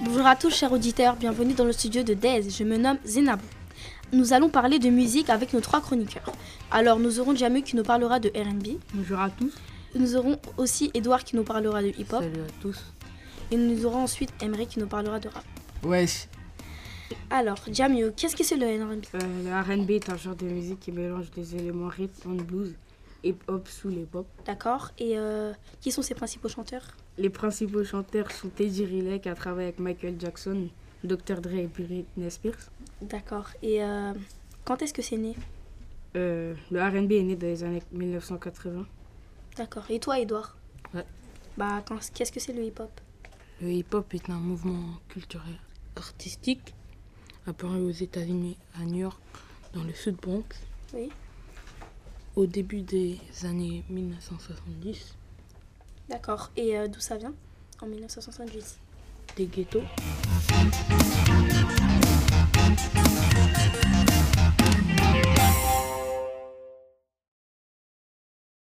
Bonjour à tous chers auditeurs, bienvenue dans le studio de Days, je me nomme Zenab. Nous allons parler de musique avec nos trois chroniqueurs. Alors nous aurons Jamu qui nous parlera de RB, Bonjour à tous. nous aurons aussi Edouard qui nous parlera de hip-hop, Salut à tous. et nous aurons ensuite Emery qui nous parlera de rap. Wesh, Alors Jamu, qu'est-ce que c'est le RB Euh, le RB est un genre de musique qui mélange des éléments rhythm and blues, hip-hop, soul et pop. D'accord, et euh, qui sont ses principaux chanteurs Les principaux chanteurs sont Teddy Riley qui a travaillé avec Michael Jackson, Dr. Dre et Britney Spears. D'accord, et euh, quand est-ce que c'est né Euh, le RB est né dans les années 1980. D'accord, et toi Edouard Ouais. Bah quand- qu'est-ce que c'est le hip-hop le hip-hop est un mouvement culturel artistique apparu aux États-Unis à New York, dans le Sud Bronx, Oui, au début des années 1970, d'accord, et euh, d'où ça vient En 1978. des ghettos.